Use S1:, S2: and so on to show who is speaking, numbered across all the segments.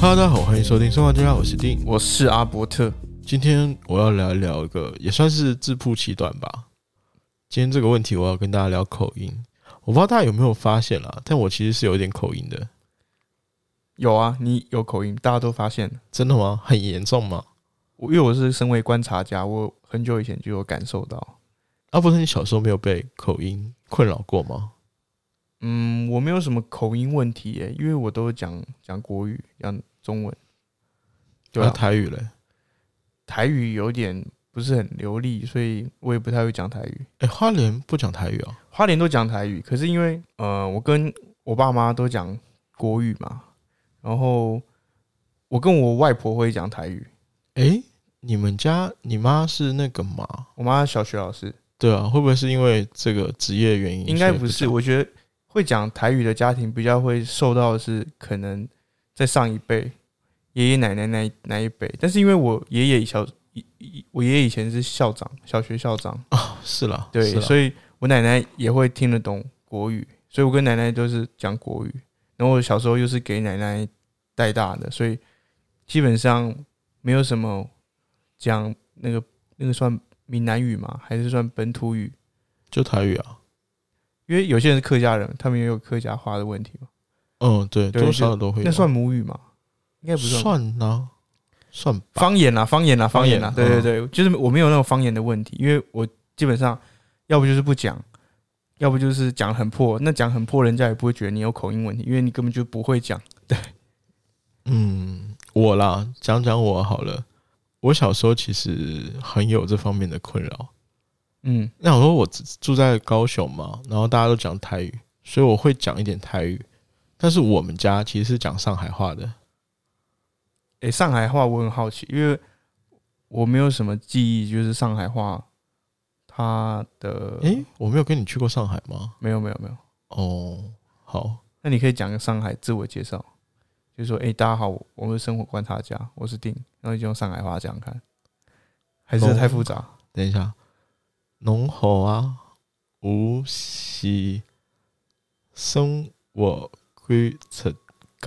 S1: Hello，大家好，欢迎收听《生活之道》，我是丁。
S2: 我是阿伯特。
S1: 今天我要聊一聊一个也算是自曝其短吧。今天这个问题，我要跟大家聊口音。我不知道大家有没有发现啦，但我其实是有一点口音的。
S2: 有啊，你有口音，大家都发现了。
S1: 真的吗？很严重吗？
S2: 我因为我是身为观察家，我很久以前就有感受到。
S1: 啊，不是你小时候没有被口音困扰过吗？
S2: 嗯，我没有什么口音问题耶，因为我都讲讲国语，讲中文。对
S1: 那
S2: 啊，
S1: 台语嘞？
S2: 台语有点不是很流利，所以我也不太会讲台语。
S1: 哎、花莲不讲台语啊？
S2: 花莲都讲台语，可是因为呃，我跟我爸妈都讲国语嘛，然后我跟我外婆会讲台语，
S1: 哎、你们家你妈是那个吗？
S2: 我妈小学老师。
S1: 对啊，会不会是因为这个职业原因？
S2: 应该
S1: 所以
S2: 不是，
S1: 讲
S2: 我觉得会讲台语的家庭比较会受到的是可能在上一辈爷爷奶奶那一那一辈，但是因为我爷爷以小以以我爷爷以前是校长，小学校长，
S1: 啊，是啦，
S2: 对，
S1: 以
S2: 所以我奶奶也会听得懂国语，所以我跟奶奶都是讲国语，然后我小时候又是给奶奶带大的，所以基本上没有什么讲那个那个算闽南语嘛，还是算本土语
S1: 就台语啊。
S2: 因为有些人是客家人，他们也有客家话的问题嘛，
S1: 嗯，对，
S2: 对
S1: 多少都会有。
S2: 那算母语嘛？应该不算吧
S1: 算呢、算吧。
S2: 方言啦，啊方言啦，
S1: 方
S2: 方
S1: 言
S2: 言哦啦，
S1: 嗯
S2: 对对对，就是我没有那种方言的问题，因为我基本上要不就是不讲，要不就是讲很破，那讲很破，人家也不会觉得你有口音问题，因为你根本就不会讲。
S1: 嗯，我啦，讲讲我好了。我小时候其实很有这方面的困扰。
S2: 嗯，
S1: 那我说我住住在高雄嘛，然后大家都讲台语，所以我会讲一点台语。但是我们家其实是讲上海话的。
S2: 诶、上海话我很好奇，因为我没有什么记忆，就是上海话它的，
S1: 诶、我没有跟你去过上海吗？
S2: 没有没有没有，
S1: 哦，好，
S2: 那你可以讲个上海自我介绍，就说：“哎、大家好，我们是生活观察家，我是丁。”然后就用上海话讲看，还是太复杂？
S1: 等一下，侬好啊，我是生活观察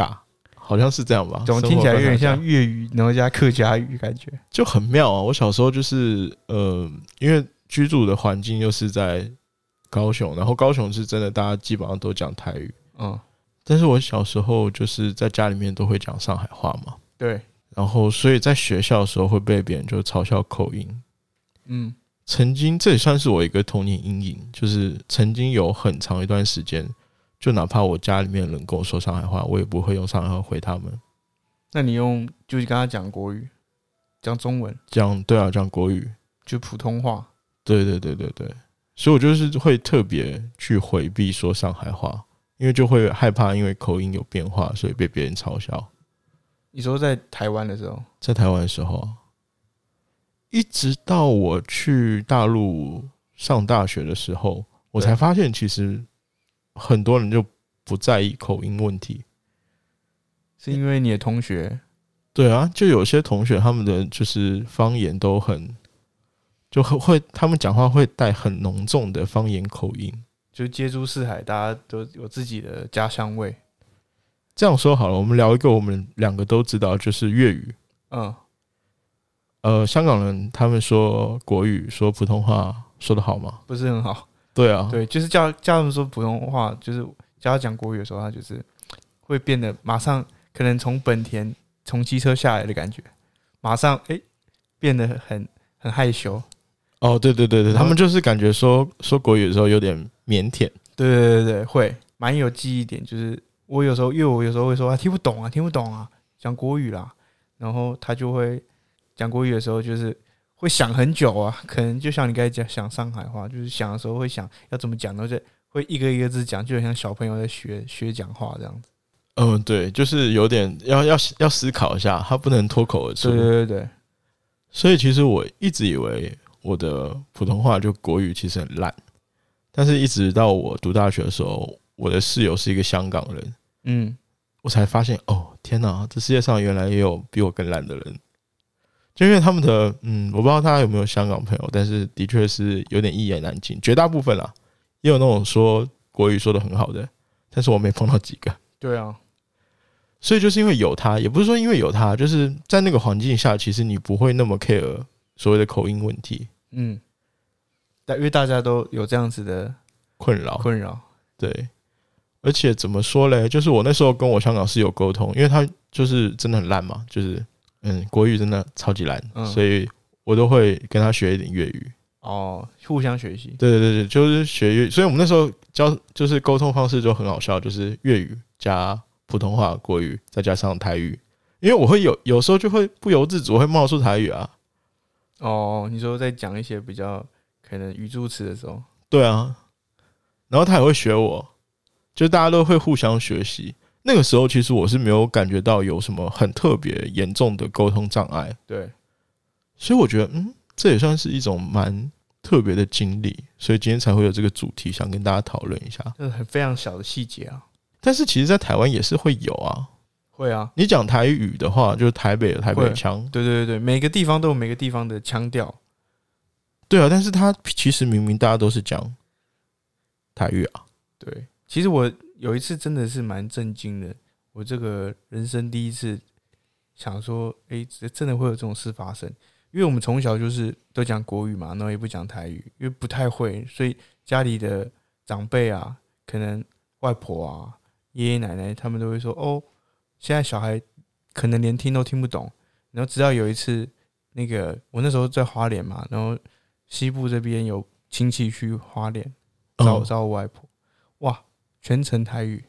S1: 家，好像是这样吧？
S2: 怎么
S1: 生
S2: 听起来
S1: 活
S2: 有
S1: 观
S2: 点
S1: 察家
S2: 像粤语，然后加客家语感觉？
S1: 就很妙啊！我小时候就是呃，因为居住的环境又是在高雄，然后高雄是真的大家基本上都讲台语，
S2: 嗯，
S1: 但是我小时候就是在家里面都会讲上海话嘛，
S2: 对，
S1: 然后所以在学校的时候会被别人就嘲笑口音，
S2: 嗯，
S1: 曾经这也算是我一个童年阴影，就是曾经有很长一段时间，就哪怕我家里面的人跟我说上海话，我也不会用上海话回他们。
S2: 那你用就是跟他讲国语，讲中文，
S1: 这样对啊，这样国语，
S2: 就普通话。
S1: 对对对对对，所以我就是会特别去回避说上海话，因为就会害怕，因为口音有变化，所以被别人嘲笑。
S2: 你说在台湾的时候，
S1: 在台湾的时候啊，一直到我去大陆上大学的时候，我才发现其实很多人就不在意口音问题。
S2: 是因为你的同学，
S1: 对啊，就有些同学他们的就是方言都很，就很会，他们讲话会带很浓重的方言口音。
S2: 就接触四海，大家都有自己的家乡味。
S1: 这样说好了，我们聊一个我们两个都知道，就是粤语。
S2: 嗯，
S1: 呃，香港人他们说国语、说普通话说的好吗？
S2: 不是很好。
S1: 对啊，
S2: 对，就是叫叫他们说普通话，就是教他讲国语的时候，他就是会变得马上可能从本田从机车下来的感觉，马上哎、诶变得很很害羞。
S1: 哦，对对对对，
S2: 然后
S1: 他们就是感觉说说国语的时候有点腼腆。
S2: 对对对对，会蛮有记忆点。就是我有时候，因为我有时候会说啊听不懂啊，听不懂啊，讲国语啦，然后他就会讲国语的时候，就是会想很久啊，可能就像你刚才讲想上海话，就是想的时候会想要怎么讲，然后就会一个一个字讲，就很像小朋友在学学讲话这样子。
S1: 嗯，对，就是有点要要要思考一下，他不能脱口而出。
S2: 对对对对，
S1: 所以其实我一直以为我的普通话就国语其实很烂，但是一直到我读大学的时候，我的室友是一个香港人，
S2: 嗯，
S1: 我才发现哦，天哪，这世界上原来也有比我更烂的人。就因为他们的嗯，我不知道大家有没有香港朋友，但是的确是有点一言难尽，绝大部分啦，啊也有那种说国语说的很好的，但是我没碰到几个。
S2: 对啊，
S1: 所以就是因为有他，也不是说因为有他，就是在那个环境下，其实你不会那么 care 所谓的口音问题
S2: 嗯，但因为大家都有这样子的
S1: 困扰。
S2: 困扰，
S1: 对，而且怎么说嘞？就是我那时候跟我香港室友沟通，因为他就是真的很烂嘛，就是嗯，国语真的超级烂，
S2: 嗯
S1: 所以我都会跟他学一点粤语。
S2: 哦，互相学习，
S1: 对对对对，就是学粤，所以我们那时候教就是沟通方式就很好笑，就是粤语加普通话、国语，再加上台语。因为我会有有时候就会不由自主会冒出台语啊，
S2: 哦，你说在讲一些比较可能语助词的时候，
S1: 对啊，然后他也会学我，就大家都会互相学习。那个时候其实我是没有感觉到有什么很特别严重的沟通障碍，
S2: 对，
S1: 所以我觉得嗯，这也算是一种蛮特别的经历，所以今天才会有这个主题想跟大家讨论一下。
S2: 就是很非常小的细节啊，
S1: 但是其实，在台湾也是会有啊，
S2: 会啊，
S1: 你讲台语的话，就是台北有台北
S2: 会
S1: 腔，
S2: 对对对对，每个地方都有每个地方的腔调，
S1: 对啊，但是他其实明明大家都是讲台语啊，
S2: 对，其实我有一次真的是蛮震惊的，我这个人生第一次想说，诶，这真的会有这种事发生。因为我们从小就是都讲国语嘛，然后也不讲台语，因为不太会，所以家里的长辈啊，可能外婆啊、爷爷奶奶他们都会说，哦，现在小孩可能连听都听不懂。然后直到有一次，那个我那时候在花莲嘛，然后西部这边有亲戚去花莲，找
S1: 嗯
S2: 找我外婆，哇，全程台语，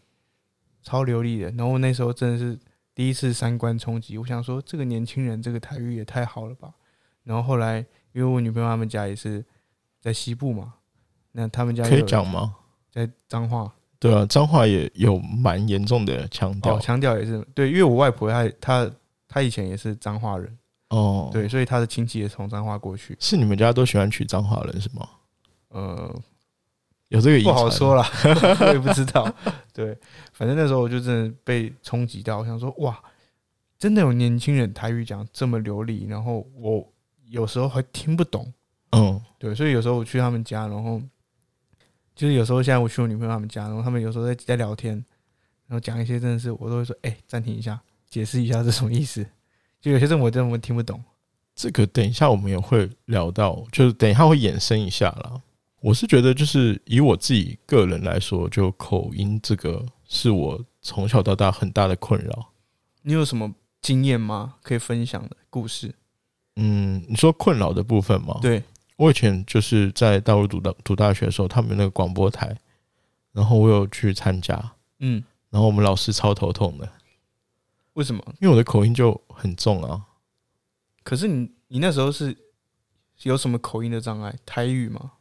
S2: 超流利的。然后我那时候真的是第一次三观冲击，我想说这个年轻人这个台语也太好了吧。然后后来因为我女朋友他们家也是在西部嘛，那他们家
S1: 可以
S2: 有
S1: 讲吗？
S2: 在彰化，
S1: 对啊，彰化也有蛮严重的腔调
S2: 哦，腔调也是对，因为我外婆她她她以前也是彰化人，
S1: 哦，
S2: 对，所以她的亲戚也从彰化过去，
S1: 是你们家都喜欢娶彰化人是吗？
S2: 呃，
S1: 有这个遗
S2: 不
S1: 传
S2: 好说啦，
S1: 啊
S2: 我也不知道。对，反正那时候我就真的被冲击到，我想说哇，真的有年轻人台语讲这么流利，然后我有时候还听不懂。
S1: 嗯，
S2: 对，所以有时候我去他们家，然后就是有时候现在我去我女朋友他们家，然后他们有时候在在聊天，然后讲一些真的是我都会说，哎、暂停一下，解释一下这什么意思。就有些字我真的听不懂。
S1: 这个等一下我们也会聊到，就是等一下会衍生一下啦。我是觉得，就是以我自己个人来说，就口音这个是我从小到大很大的困扰。
S2: 你有什么经验吗？可以分享的故事？
S1: 嗯，你说困扰的部分吗？
S2: 对，
S1: 我以前就是在大陆读大读大学的时候，他们有那个广播台，然后我有去参加，
S2: 嗯，
S1: 然后我们老师超头痛的，
S2: 为什么？
S1: 因为我的口音就很重啊。
S2: 可是你你那时候是有什么口音的障碍？台语吗？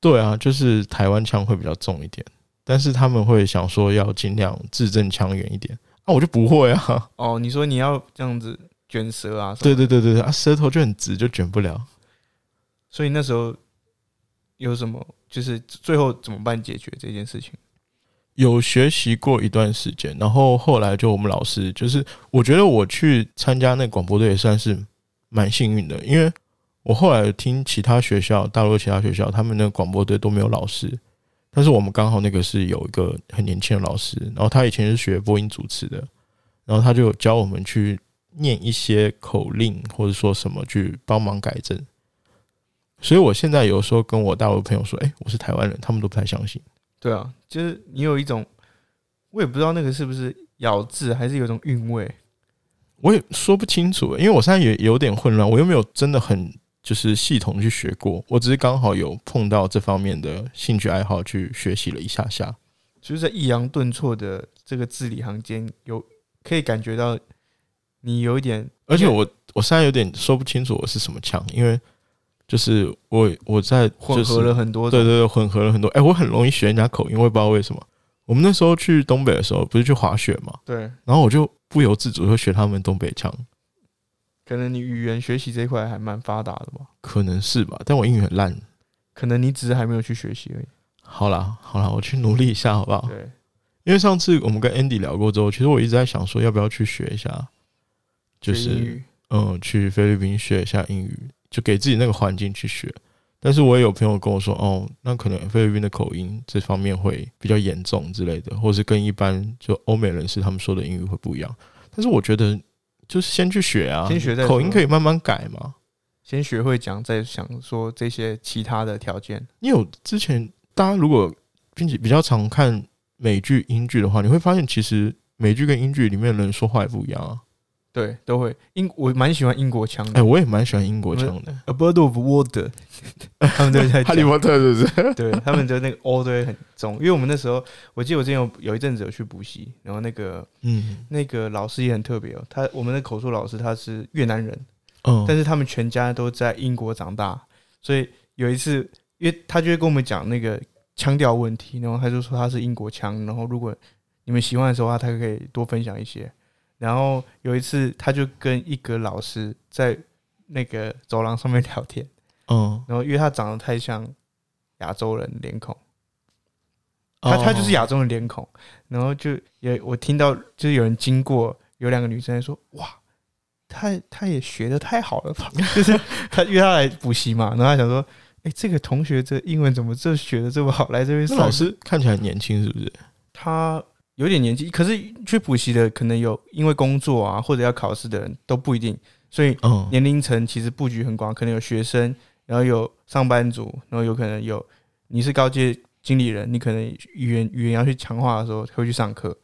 S1: 对啊，就是台湾腔会比较重一点，但是他们会想说要尽量字正腔圆一点啊，我就不会啊。
S2: 哦，你说你要这样子卷舌啊？
S1: 对
S2: 对，
S1: 对对对对啊，舌头就很直，就卷不了。
S2: 所以那时候有什么？就是最后怎么办解决这件事情？
S1: 有学习过一段时间，然后后来就我们老师，就是我觉得我去参加那广播队也算是蛮幸运的，因为我后来听其他学校，大陆其他学校他们那个广播队都没有老师，但是我们刚好那个是有一个很年轻的老师，然后他以前是学播音主持的，然后他就教我们去念一些口令或者说什么去帮忙改正，所以我现在有时候跟我大陆朋友说，哎、我是台湾人，他们都不太相信。
S2: 对啊，就是你有一种，我也不知道那个是不是咬字，还是有一种韵味。
S1: 我也说不清楚，因为我现在也有点混乱，我又没有真的很就是系统地去学过，我只是刚好有碰到这方面的兴趣爱好去学习了一下下。
S2: 就是在抑扬顿挫的这个字里行间，有可以感觉到你有一点，
S1: 而且我我现在有点说不清楚我是什么腔，因为就是我我在、
S2: 混合了很多
S1: 对
S2: 种。
S1: 对对，混合了很多。哎、我很容易学人家口音，我也不知道为什么。我们那时候去东北的时候，不是去滑雪嘛，
S2: 对，
S1: 然后我就不由自主会学他们东北腔，
S2: 可能你语言学习这一块还蛮发达的吧？
S1: 可能是吧，但我英语很烂。
S2: 可能你只是还没有去学习而已。
S1: 好啦，好啦，我去努力一下，好不好？
S2: 对，
S1: 因为上次我们跟 Andy 聊过之后，其实我一直在想说要不要去学一下，就
S2: 学英
S1: 是
S2: 语
S1: 嗯，去菲律宾学一下英语，就给自己那个环境去学。但是我也有朋友跟我说，哦，那可能菲律宾的口音这方面会比较严重之类的，或是跟一般就欧美人士他们说的英语会不一样。但是我觉得就是先去学啊，
S2: 先学再说
S1: 口音可以慢慢改嘛。
S2: 先学会讲，再想说这些其他的条件。
S1: 你有之前大家如果并且比较常看美剧、英剧的话，你会发现其实美剧跟英剧里面的人说话也不一样啊。
S2: 对，都会英，我蛮喜欢英国腔
S1: 哎、
S2: 的。
S1: 我也蛮喜欢英国腔的，
S2: A bird of water，他 们都在
S1: 《 哎哈利
S2: 讲，
S1: 波特》是不是？
S2: 对他们的那个 O 都会很重，因为我们那时候，我记得我之前有有一阵子有去补习，然后那个
S1: 嗯
S2: 那个老师也很特别哦，他我们的口述老师他是越南人，
S1: 嗯，
S2: 但是他们全家都在英国长大，所以有一次，因为他就会跟我们讲那个腔调问题，然后他就说他是英国腔，然后如果你们喜欢的时候啊，他可以多分享一些。然后有一次，他就跟一个老师在那个走廊上面聊天，
S1: 嗯，
S2: 然后因为他长得太像亚洲人脸孔，他
S1: 哦
S2: 他就是亚洲人脸孔，然后就也我听到就是有人经过，有两个女生在说哇，他他也学的太好了吧， 就是他约他来补习嘛，然后他想说，哎、这个同学这英文怎么这学的这么好，来这边
S1: 那
S2: 上
S1: 老师看起来很年轻，是不是？
S2: 他有点年纪，可是去补习的可能有因为工作啊或者要考试的人都不一定，所以
S1: 嗯，
S2: 年龄层其实布局很广，可能有学生，然后有上班族，然后有可能有你是高阶经理人，你可能语言语言要去强化的时候会去上课，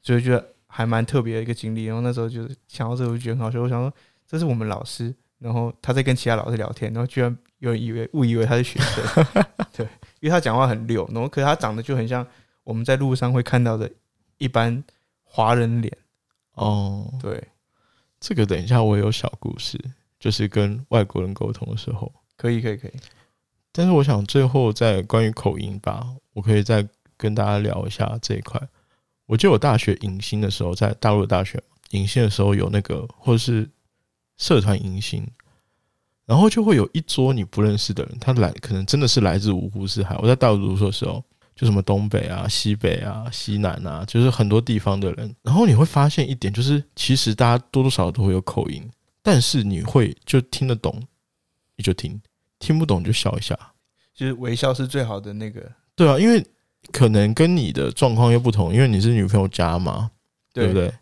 S2: 所以觉得还蛮特别的一个经历。然后那时候就是想到这个，我就觉得很好笑。我想说这是我们老师，然后他在跟其他老师聊天，然后居然有人以为误以为他是学生，对，因为他讲话很溜，然后可是他长得就很像我们在路上会看到的一般华人脸，
S1: 哦，
S2: 对，
S1: 这个等一下我有小故事，就是跟外国人沟通的时候。
S2: 可以可以可以，
S1: 但是我想最后在关于口音吧，我可以再跟大家聊一下这一块。我记得我大学迎新的时候，在大陆的大学迎新的时候有那个，或者是社团迎新，然后就会有一桌你不认识的人，他来可能真的是来自五湖四海。我在大陆读书的时候，就什么东北啊、西北啊、西南啊，就是很多地方的人。然后你会发现一点，就是其实大家多多少少都会有口音，但是你会就听得懂，你就听；听不懂就笑一下。
S2: 就是微笑是最好的那个。
S1: 对啊，因为可能跟你的状况又不同，因为你是女朋友家嘛，对不对？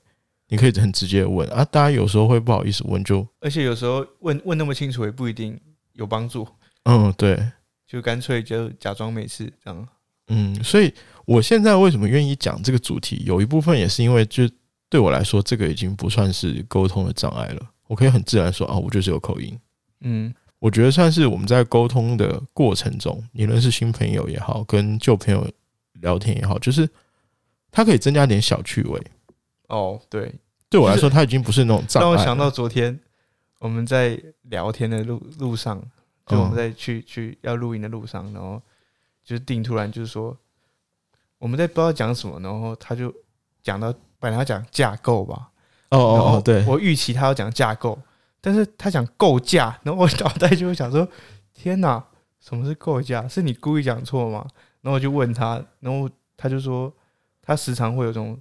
S1: 你可以很直接地问啊，大家有时候会不好意思问就，
S2: 而且有时候问问那么清楚也不一定有帮助，
S1: 嗯，对，
S2: 就干脆就假装没事这样。
S1: 嗯，所以我现在为什么愿意讲这个主题，有一部分也是因为，就对我来说，这个已经不算是沟通的障碍了。我可以很自然地说啊，我就是有口音。
S2: 嗯，
S1: 我觉得算是我们在沟通的过程中，你认识新朋友也好，跟旧朋友聊天也好，就是它可以增加点小趣味。
S2: 哦，对，
S1: 对我来说，它已经不是那种障碍啊
S2: 让
S1: 了。
S2: 我想到昨天我们在聊天的路路上，就我们在
S1: 嗯
S2: 去、去要录影的路上，然后就是定突然就是说我们在不知道讲什么，然后他就讲到本来要讲架构吧，
S1: 哦
S2: 然
S1: 哦
S2: 后
S1: 哦，对，
S2: 我预期他要讲架构，但是他讲构架， 然后我脑袋就会想说：天哪，什么是构架？是你故意讲错吗？然后我就问他，然后他就说他时常会有这种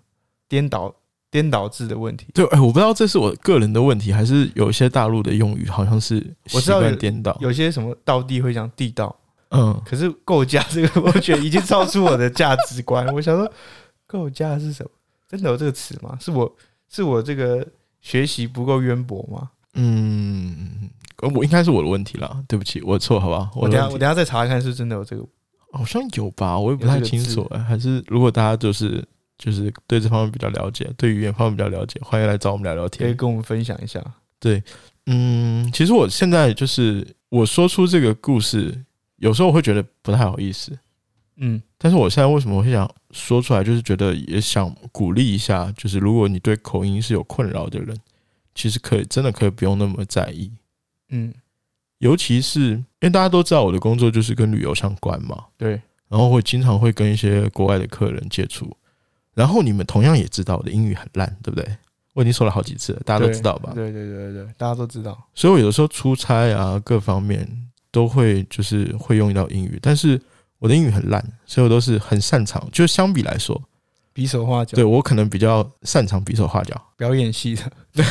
S2: 颠倒颠倒字的问题。
S1: 对，哎、我不知道这是我个人的问题，还是有一些大陆的用语好像是
S2: 我知道
S1: 习惯
S2: 有
S1: 颠倒。
S2: 有些什么道地会讲地道，
S1: 嗯，
S2: 可是构架 这个，我觉得已经超出我的价值观。 我想说，构架是什么？真的有这个词吗？是我是我这个学习不够渊博吗？
S1: 嗯，我应该是我的问题啦，对不起，我错，好吧？
S2: 我
S1: 的
S2: 等下
S1: 问题
S2: 我等下再查看是不是真的有这个
S1: 好像有吧，我也不太清楚、哎还是如果大家就是就是对这方面比较了解，对语言方面比较了解，欢迎来找我们聊聊
S2: 可以
S1: 天。
S2: 跟我们分享一下。
S1: 嗯，其实我现在就是我说出这个故事，有时候我会觉得不太好意思，
S2: 嗯，
S1: 但是我现在为什么会想说出来，就是觉得也想鼓励一下，就是如果你对口音是有困扰的人，其实可以真的可以不用那么在意，
S2: 嗯，
S1: 尤其是因为大家都知道我的工作就是跟旅游相关嘛，
S2: 对，
S1: 然后会经常会跟一些国外的客人接触，然后你们同样也知道我的英语很烂，对不对？我已经说了好几次了，大家都知道吧？
S2: 对对对对对，大家都知道。
S1: 所以我有的时候出差啊，各方面都会就是会用到英语，但是我的英语很烂，所以我都是很擅长，就相比来说。
S2: 比手画脚，
S1: 对我可能比较擅长比手画脚。
S2: 表演系的，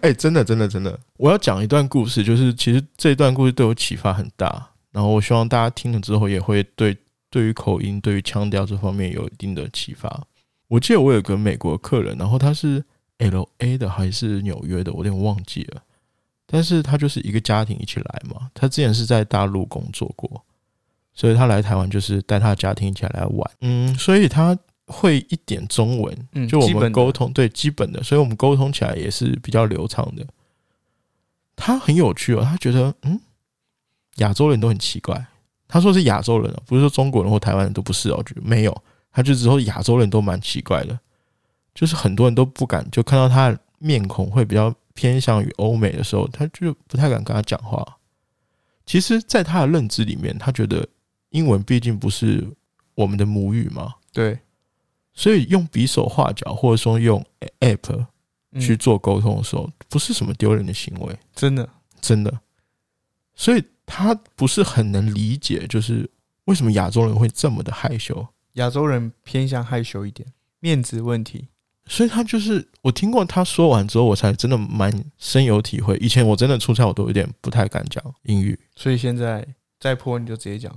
S1: 哎、真的，真的，真的，我要讲一段故事，就是其实这段故事对我启发很大，然后我希望大家听了之后也会对对于口音、对于腔调这方面有一定的启发。我记得我有个美国客人，然后他是 L A 的还是纽约的，我有点忘记了，但是他就是一个家庭一起来嘛，他之前是在大陆工作过，所以他来台湾就是带他的家庭一起来玩，嗯，所以他会一点中文，
S2: 嗯，
S1: 就我
S2: 基
S1: 们
S2: 本的
S1: 沟通对基本的，所以我们沟通起来也是比较流畅的。他很有趣哦，他觉得嗯，亚洲人都很奇怪。他说是亚洲人哦，不是说中国人或台湾人都不是哦，就没有，他就只说亚洲人都蛮奇怪的，就是很多人都不敢，就看到他的面孔会比较偏向于欧美的时候，他就不太敢跟他讲话。其实，在他的认知里面，他觉得英文毕竟不是我们的母语嘛，
S2: 对
S1: 所以用比手画脚，或者说用 App
S2: 嗯
S1: 去做沟通的时候，不是什么丢人的行为，
S2: 真的
S1: 真的。所以他不是很能理解，就是为什么亚洲人会这么的害羞。
S2: 亚洲人偏向害羞一点，面子问题。
S1: 所以他就是我听过他说完之后，我才真的蛮深有体会。以前我真的出差，我都有点不太敢讲英语，
S2: 所以现在再泼你就直接讲，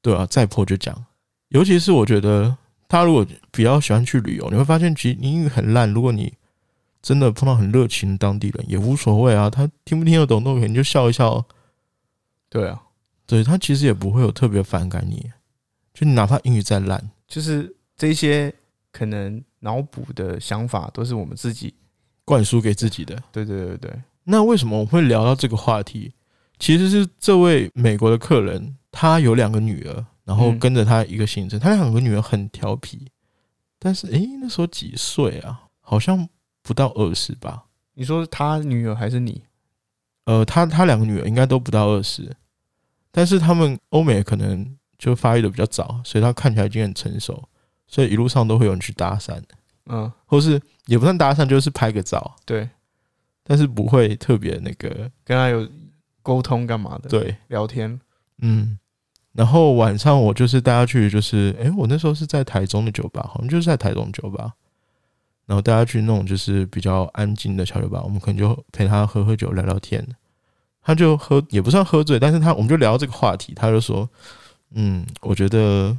S1: 对啊，再破就讲。尤其是我觉得，大家如果比较喜欢去旅游，你会发现其实英语很烂。如果你真的碰到很热情的当地人，也无所谓啊，他听不听得懂都可以，你就笑一笑。
S2: 对啊，
S1: 对他其实也不会有特别反感你，就你哪怕英语再烂，
S2: 就是这些可能脑补的想法都是我们自己。
S1: 灌输给自己的。
S2: 对对对对，
S1: 那为什么我会聊到这个话题？其实是这位美国的客人，他有两个女儿，然后
S2: 嗯
S1: 跟着他一个行程。他两个女儿很调皮，但是诶、那时候几岁啊？好像不到二十吧。
S2: 你说他女儿还是你？
S1: 呃，他他两个女儿应该都不到二十，但是他们欧美可能就发育的比较早，所以他看起来已经很成熟，所以一路上都会有人去搭讪，
S2: 嗯，
S1: 或是也不算搭讪，就是拍个照，
S2: 对，
S1: 但是不会特别那个
S2: 跟他有沟通干嘛的？，
S1: 对。
S2: 聊天。
S1: 嗯，然后晚上我就是带他去，就是诶，我那时候是在台中的酒吧，好像就是在台中酒吧，然后带他去那种就是比较安静的小酒吧，我们可能就陪他喝喝酒、聊聊天。他就喝也不算喝醉，但是他我们就聊这个话题，他就说，嗯，我觉得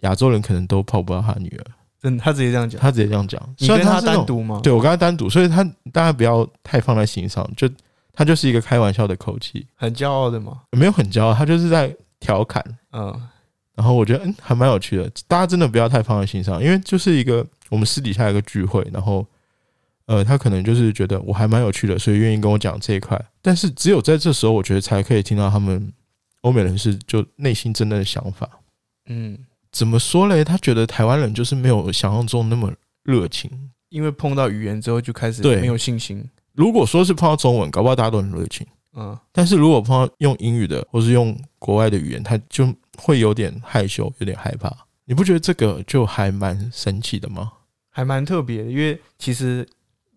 S1: 亚洲人可能都泡不到他女儿，
S2: 真的，他直接这样讲。
S1: 他直接这样讲。
S2: 你
S1: 虽
S2: 跟
S1: 然
S2: 他
S1: 是那
S2: 单
S1: 种
S2: 独吗？
S1: 对我跟他单独，所以他大家不要太放在心上，就他就是一个开玩笑的口气，
S2: 很骄傲的嘛。
S1: 没有很骄傲，他就是在调侃。
S2: 嗯，
S1: 然后我觉得嗯还蛮有趣的，大家真的不要太放在心上，因为就是一个我们私底下一个聚会，然后呃他可能就是觉得我还蛮有趣的，所以愿意跟我讲这一块。但是只有在这时候，我觉得才可以听到他们欧美人士就内心真正的想法。
S2: 嗯，
S1: 怎么说嘞？他觉得台湾人就是没有想象中那么热情。
S2: 因为碰到语言之后就开始
S1: 对
S2: 没有信心。
S1: 如果说是碰到中文，搞不好大家都很热情。
S2: 嗯，
S1: 但是如果碰到用英语的，或是用国外的语言，他就会有点害羞，有点害怕。你不觉得这个就还蛮神奇的吗？
S2: 还蛮特别的，因为其实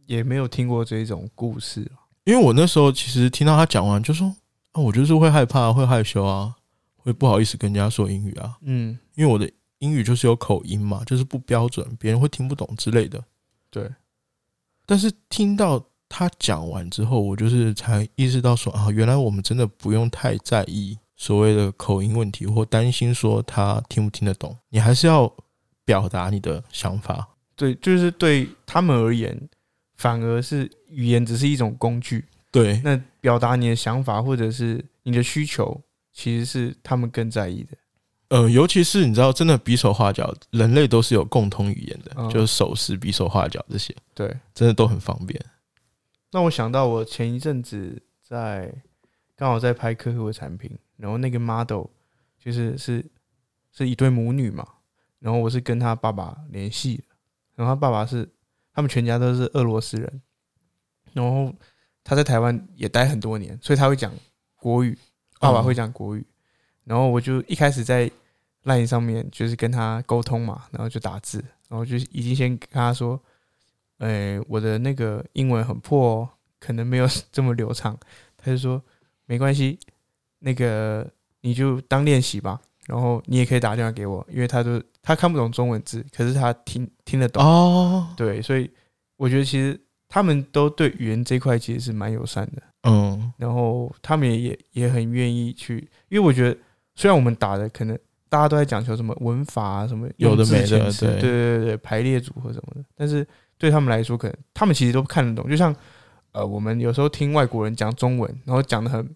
S2: 也没有听过这一种故事啊。
S1: 因为我那时候其实听到他讲完，就说啊，我就是会害怕，会害羞啊，会不好意思跟人家说英语啊，
S2: 嗯，
S1: 因为我的英语就是有口音嘛，就是不标准，别人会听不懂之类的。
S2: 对，
S1: 但是听到他讲完之后，我就是才意识到说啊，原来我们真的不用太在意所谓的口音问题，或担心说他听不听得懂，你还是要表达你的想法。
S2: 对，就是对他们而言，反而是语言只是一种工具，
S1: 对，
S2: 那表达你的想法或者是你的需求，其实是他们更在意的。
S1: 呃，尤其是你知道，真的比手画脚，人类都是有共通语言的，
S2: 嗯
S1: 就是手势、比手画脚这些，
S2: 对，
S1: 真的都很方便。
S2: 那我想到我前一阵子在刚好在拍客户的产品，然后那个 model 就是是是一对母女嘛，然后我是跟他爸爸联系的，然后他爸爸是他们全家都是俄罗斯人，然后他在台湾也待很多年，所以他会讲国语，爸爸会讲国语，然后我就一开始在 LINE 上面就是跟他沟通嘛，然后就打字，然后就已经先跟他说，哎、我的那个英文很破哦，可能没有这么流畅。他就说没关系，那个你就当练习吧。然后你也可以打电话给我，因为他就他看不懂中文字，可是他听听得懂。
S1: 哦，
S2: 对，所以我觉得其实他们都对语言这块其实是蛮友善的，
S1: 嗯
S2: 然后他们也也也很愿意去，因为我觉得虽然我们打的可能大家都在讲求什么文法啊什么
S1: 有的
S2: 用字
S1: 没的
S2: 遣词
S1: 对
S2: 对对对对排列组合什么的，但是对他们来说，可能他们其实都看得懂，就像呃我们有时候听外国人讲中文，然后讲的很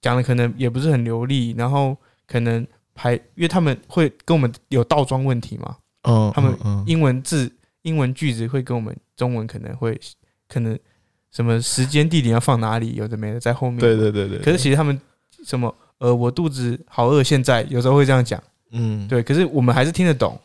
S2: 讲的可能也不是很流利，然后可能排，因为他们会跟我们有倒装问题嘛，
S1: 嗯，
S2: 他们
S1: 嗯嗯
S2: 英文字、英文句子会跟我们中文可能会可能什么时间、地点要放哪里，有的没的在后面。
S1: 对对对对，
S2: 可是其实他们什么呃，我肚子好饿，现在有时候会这样讲，
S1: 嗯，
S2: 对。可是我们还是听得懂，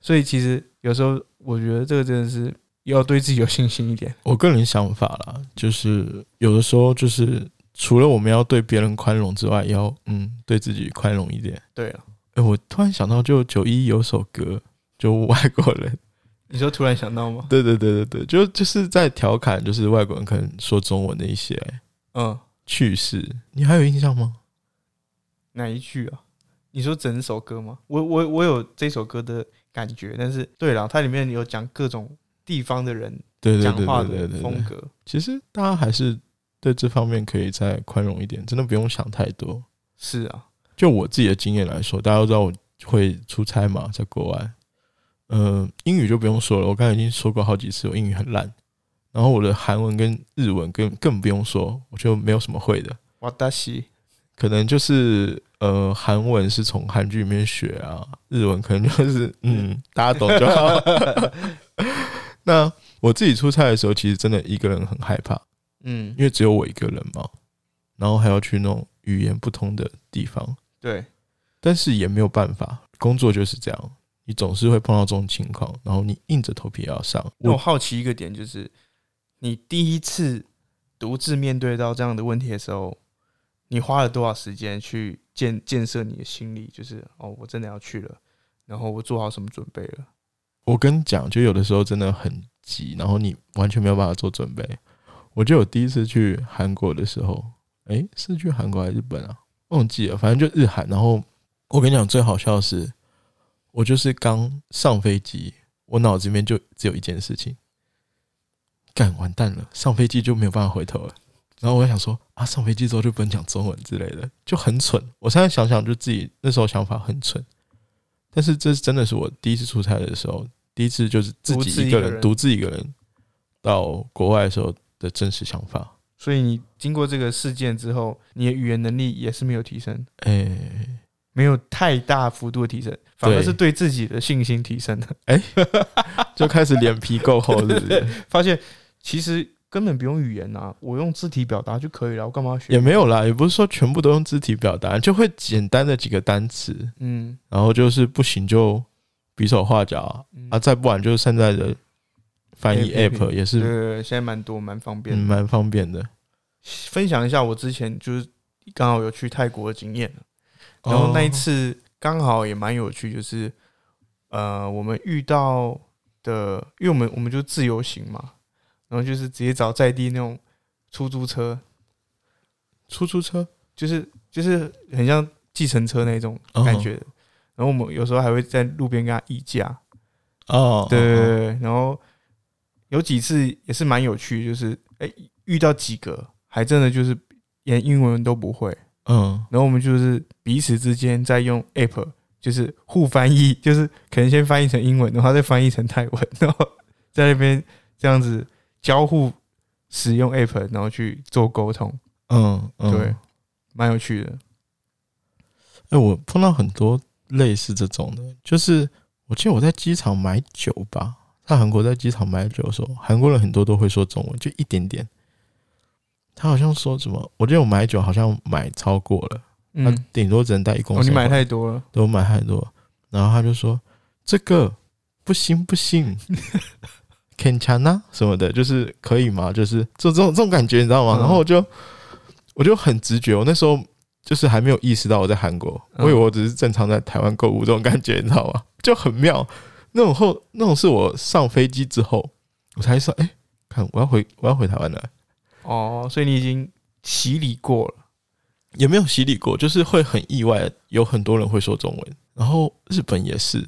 S2: 所以其实有时候我觉得这个真的是要对自己有信心一点。
S1: 我个人想法啦，就是有的时候就是除了我们要对别人宽容之外，也要嗯对自己宽容一点。
S2: 对啊了，
S1: 哎、我突然想到，就九一有首歌，就外国人，
S2: 你说突然想到吗？
S1: 对对对对对，就就是在调侃，就是外国人可能说中文的一些
S2: 嗯，
S1: 趣事，你还有印象吗？
S2: 哪一句啊？你说整首歌吗？我我我有这首歌的感觉，但是对了，它里面有讲各种地方的人
S1: 对对
S2: 讲
S1: 对
S2: 话
S1: 对
S2: 的
S1: 对对
S2: 风
S1: 对，
S2: 格。
S1: 其实大家还是对这方面可以再宽容一点，真的不用想太多。
S2: 是啊，
S1: 就我自己的经验来说，大家都知道我会出差嘛，在国外，呃，英语就不用说了，我刚才已经说过好几次，我英语很烂，然后我的韩文跟日文更更不用说，我就没有什么会的，
S2: 瓦达西
S1: 可能就是呃，韩文是从韩剧里面学啊，日文可能就是 嗯，大家懂就好。 那我自己出差的时候，其实真的一个人很害怕，
S2: 嗯
S1: 因，为只有我一个人嘛，然后还要去那种语言不通的地方。
S2: 对，
S1: 但是也没有办法，工作就是这样，你总是会碰到这种情况，然后你硬着头皮也要上。
S2: 那我
S1: 我
S2: 好奇一个点就是，你第一次独自面对到这样的问题的时候，你花了多少时间去建建设你的心理？就是哦，我真的要去了，然后我做好什么准备了？
S1: 我跟你讲，就有的时候真的很急，然后你完全没有办法做准备。我就有第一次去韩国的时候，诶、是去韩国还是日本啊？忘记了，反正就日韩。然后我跟你讲，最好笑的是，我就是刚上飞机，我脑子里面就只有一件事情，干完蛋了，上飞机就没有办法回头了。然后我就想说啊，上飞机之后就不能讲中文之类的，就很蠢。我现在想想，就自己那时候想法很蠢。但是这真的是我第一次出差的时候，第一次就是自
S2: 独自
S1: 己一
S2: 一
S1: 个
S2: 个
S1: 人
S2: 人
S1: 独自一个人到国外的时候的真实想法。
S2: 所以你经过这个事件之后，你的语言能力也是没有提升，
S1: 哎、
S2: 没有太大幅度的提升，反而
S1: 对
S2: 是对自己的信心提升了。
S1: 就开始脸皮够厚，是不是？
S2: 发现其实根本不用语言啊，我用肢体表达就可以了，我干嘛要学
S1: 也？没有啦，也不是说全部都用肢体表达，就会简单的几个单词，
S2: 嗯
S1: 然后就是不行就比手画脚啊
S2: 嗯
S1: 啊，再不然就是现在的翻译
S2: APP
S1: app 也
S2: 对
S1: 是
S2: 对对，现在蛮多蛮方便
S1: 嗯
S2: 的。
S1: 蛮方便的。
S2: 分享一下我之前就是刚好有去泰国的经验，
S1: 哦
S2: 然后那一次刚好也蛮有趣，就是呃，我们遇到的，因为我们我们就自由行嘛，然后就是直接找在地那种出租车，
S1: 出租车，
S2: 就是就是很像计程车那种感觉的。然后我们有时候还会在路边跟他议价，
S1: 哦，
S2: 对对
S1: 哦，
S2: 对，对然后有几次也是蛮有趣，就是哎、遇到几个还真的就是连英文都不会，
S1: 嗯，
S2: 然后我们就是彼此之间在用 app，就是互翻译，就是可能先翻译成英文，然后再翻译成泰文，然后在那边这样子交互使用 app，然后去做沟通，
S1: 嗯嗯，
S2: 对，蛮有趣的。
S1: 哎、我碰到很多类似这种的，就是我记得我在机场买酒吧，在韩国在机场买酒的时候，韩国人很多都会说中文，就一点点。他好像说什么，我记得我买酒好像买超过了，
S2: 嗯
S1: 他，顶多只能带一公
S2: 哦，
S1: 升。
S2: 你买太多了，
S1: 都买太多，然后他就说这个不行不行，can c h a n a 什么的，就是可以吗？就是这这种这种感觉，你知道吗？
S2: 嗯
S1: 然后我就我就很直觉，我那时候就是还没有意识到我在韩国，我以为我只是正常在台湾购物这种感觉，你知道吗？就很妙。那种后那种是我上飞机之后，我才说，哎、看我要回我要回台湾了，
S2: 哦，所以你已经洗礼过了。
S1: 也没有洗礼过，就是会很意外，有很多人会说中文。然后日本也是，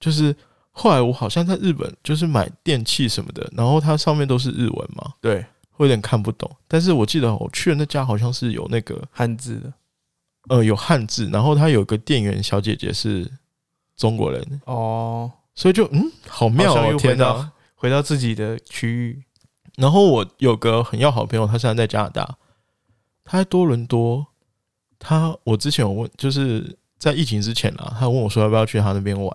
S1: 就是后来我好像在日本就是买电器什么的，然后它上面都是日文嘛，
S2: 对，
S1: 会有点看不懂。但是我记得我去的那家好像是有那个
S2: 汉字的
S1: 呃有汉字，然后它有个店员小姐姐是中国人，
S2: 哦，
S1: 所以就嗯好妙
S2: 好像
S1: 哦，
S2: 又回
S1: 天哪！
S2: 到回到自己的区域，
S1: 然后我有个很要好的朋友，他现在在加拿大，他在多伦多。他我之前有问，就是在疫情之前啊，他问我说要不要去他那边玩，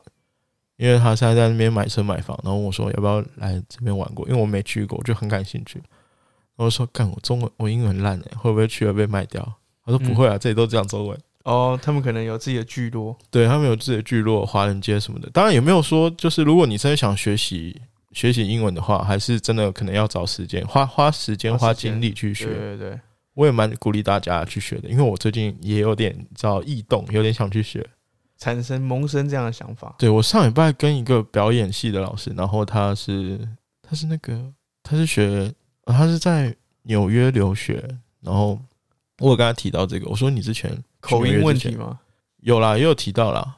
S1: 因为他现在在那边买车买房，然后问我说要不要来这边玩过，因为我没去过，我就很感兴趣。然后说干，我中文我英文烂哎、会不会去了被卖掉？他说不会啊，这里都讲中文。
S2: 哦，他们可能有自己的聚落，
S1: 对他们有自己的聚落、华人街什么的。当然也没有说，就是如果你真的想学习学习英文的话，还是真的可能要找时间，花花时间、
S2: 花
S1: 花
S2: 时间
S1: 精力去
S2: 对
S1: 学。
S2: 对对，
S1: 我也蛮鼓励大家去学的，因为我最近也有点找异动，有点想去学。
S2: 产生萌生这样的想法，
S1: 对我上礼拜跟一个表演系的老师，然后他是他是那个他是学、呃他是在纽约留学，然后我有跟他提到这个，我说你之前去
S2: 口
S1: 纽约
S2: 音
S1: 之
S2: 问
S1: 前
S2: 题吗？
S1: 有啦，也有提到啦。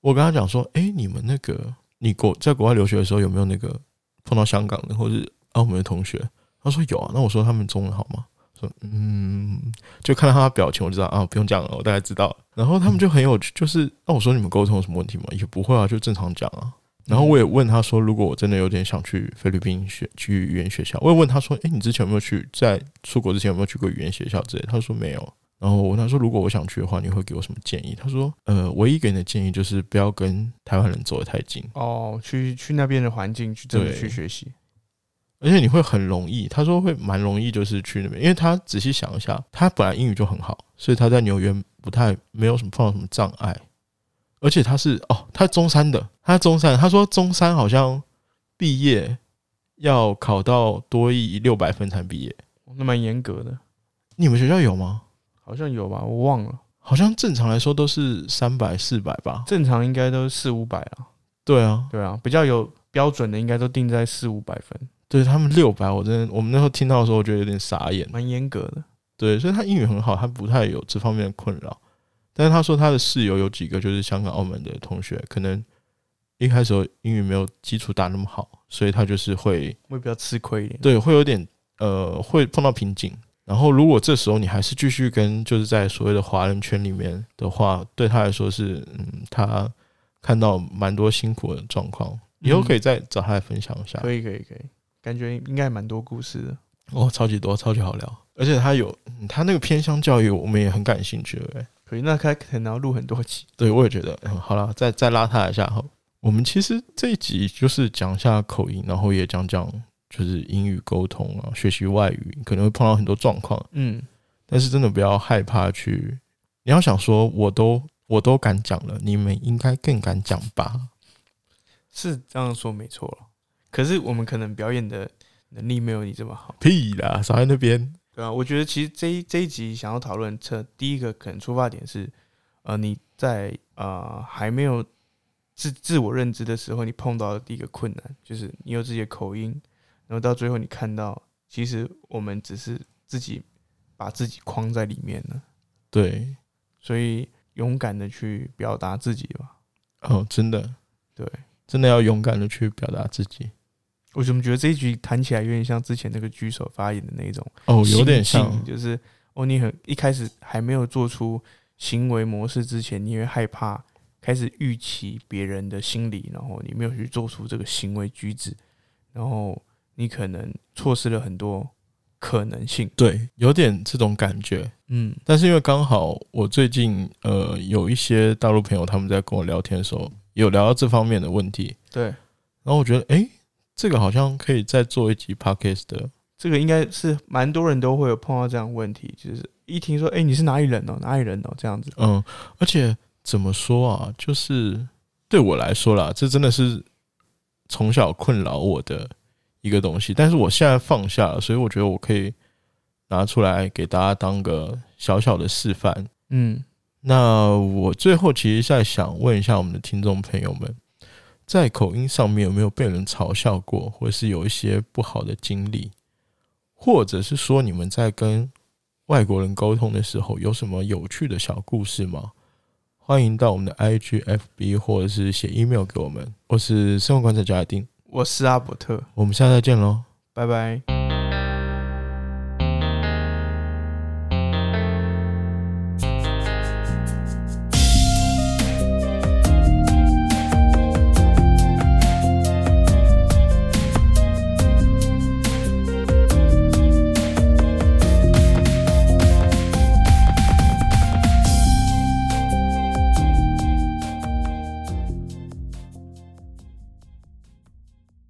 S1: 我跟他讲说，诶，你们那个你国在国外留学的时候有没有那个碰到香港的或是澳门的同学？他说有啊。那我说他们中文好吗？说嗯，就看到他的表情，我就知道啊，不用讲了，我大概知道了。然后他们就很有趣，就是那我说你们沟通有什么问题吗？也不会啊，就正常讲啊。然后我也问他说，如果我真的有点想去菲律宾学去语言学校，我也问他说，诶，你之前有没有去在出国之前有没有去过语言学校之类的？他说没有。然后我问他说：“如果我想去的话，你会给我什么建议？”他说：“呃，唯一给你的建议就是不要跟台湾人走得太近，
S2: 哦，去去那边的环境去真的
S1: 对
S2: 去学习，
S1: 而且你会很容易。”他说会蛮容易，就是去那边，因为他仔细想一下，他本来英语就很好，所以他在纽约不太没有什么碰到什么障碍，而且他是哦，他中山的，他中山，他说中山好像毕业要考到多一六百分才毕业，
S2: 哦那蛮严格的，
S1: 你们学校有吗？
S2: 好像有吧，我忘了，
S1: 好像正常来说都是三百四百吧？
S2: 正常应该都四五百啊，
S1: 对啊，
S2: 对啊，比较有标准的应该都定在四五百分，
S1: 对他们六百，我真的，我们那时候听到的时候，我觉得有点傻眼。
S2: 蛮严格的，
S1: 对，所以他英语很好，他不太有这方面的困扰。但是他说他的室友有几个就是香港、澳门的同学，可能一开始英语没有基础打那么好，所以他就是会
S2: 会比较吃亏一点，
S1: 对会有点呃会碰到瓶颈。然后如果这时候你还是继续跟就是在所谓的华人圈里面的话，对他来说是嗯，他看到蛮多辛苦的状况，以后可以再找他来分享一下。
S2: 嗯可以可以可以，感觉应该蛮多故事的。
S1: 哦，超级多，超级好聊，而且他有、嗯他那个偏向教育，我们也很感兴趣，对不对？
S2: 可以，那他可能要录很多集。
S1: 对，我也觉得，嗯，好了，再再拉他一下哈。我们其实这一集就是讲一下口音，然后也讲讲就是英语沟通啊，学习外语可能会碰到很多状况，
S2: 嗯，
S1: 但是真的不要害怕去，你要想说我都我都敢讲了，你们应该更敢讲吧？
S2: 是这样说没错了。可是我们可能表演的能力没有你这么好，
S1: 屁啦，少在那边。
S2: 对啊，我觉得其实这一这一集想要讨论这第一个可能出发点是，呃，你在呃还没有自自我认知的时候，你碰到的第一个困难就是你有自己的口音，然后到最后你看到，其实我们只是自己把自己框在里面了，
S1: 对，
S2: 所以勇敢的去表达自己吧。
S1: 哦，真的，
S2: 对，
S1: 真的要勇敢的去表达自己。
S2: 我怎么觉得这一局谈起来有点像之前那个举手发言的那种，
S1: 哦，有点
S2: 心境
S1: 像，
S2: 就是哦，你很一开始还没有做出行为模式之前，你会害怕，开始预期别人的心理，然后你没有去做出这个行为举止，然后你可能错失了很多可能性。
S1: 对，有点这种感觉。
S2: 嗯，
S1: 但是因为刚好我最近呃有一些大陆朋友他们在跟我聊天的时候，有聊到这方面的问题，
S2: 对，
S1: 然后我觉得诶，这个好像可以再做一集 podcast 的，
S2: 这个应该是蛮多人都会有碰到这样的问题，就是一听说，哎、你是哪里人哦，哪里人哦，这样子。
S1: 嗯，而且怎么说啊，就是对我来说啦，这真的是从小困扰我的一个东西，但是我现在放下了，所以我觉得我可以拿出来给大家当个小小的示范，
S2: 嗯，
S1: 那我最后其实在想问一下我们的听众朋友们，在口音上面有没有被人嘲笑过，或是有一些不好的经历，或者是说你们在跟外国人沟通的时候有什么有趣的小故事吗？欢迎到我们的 IG、FB 或者是写 email 给我们。我是生活观察家阿丁，
S2: 我是阿伯特，
S1: 我们下次再见喽。
S2: 拜拜。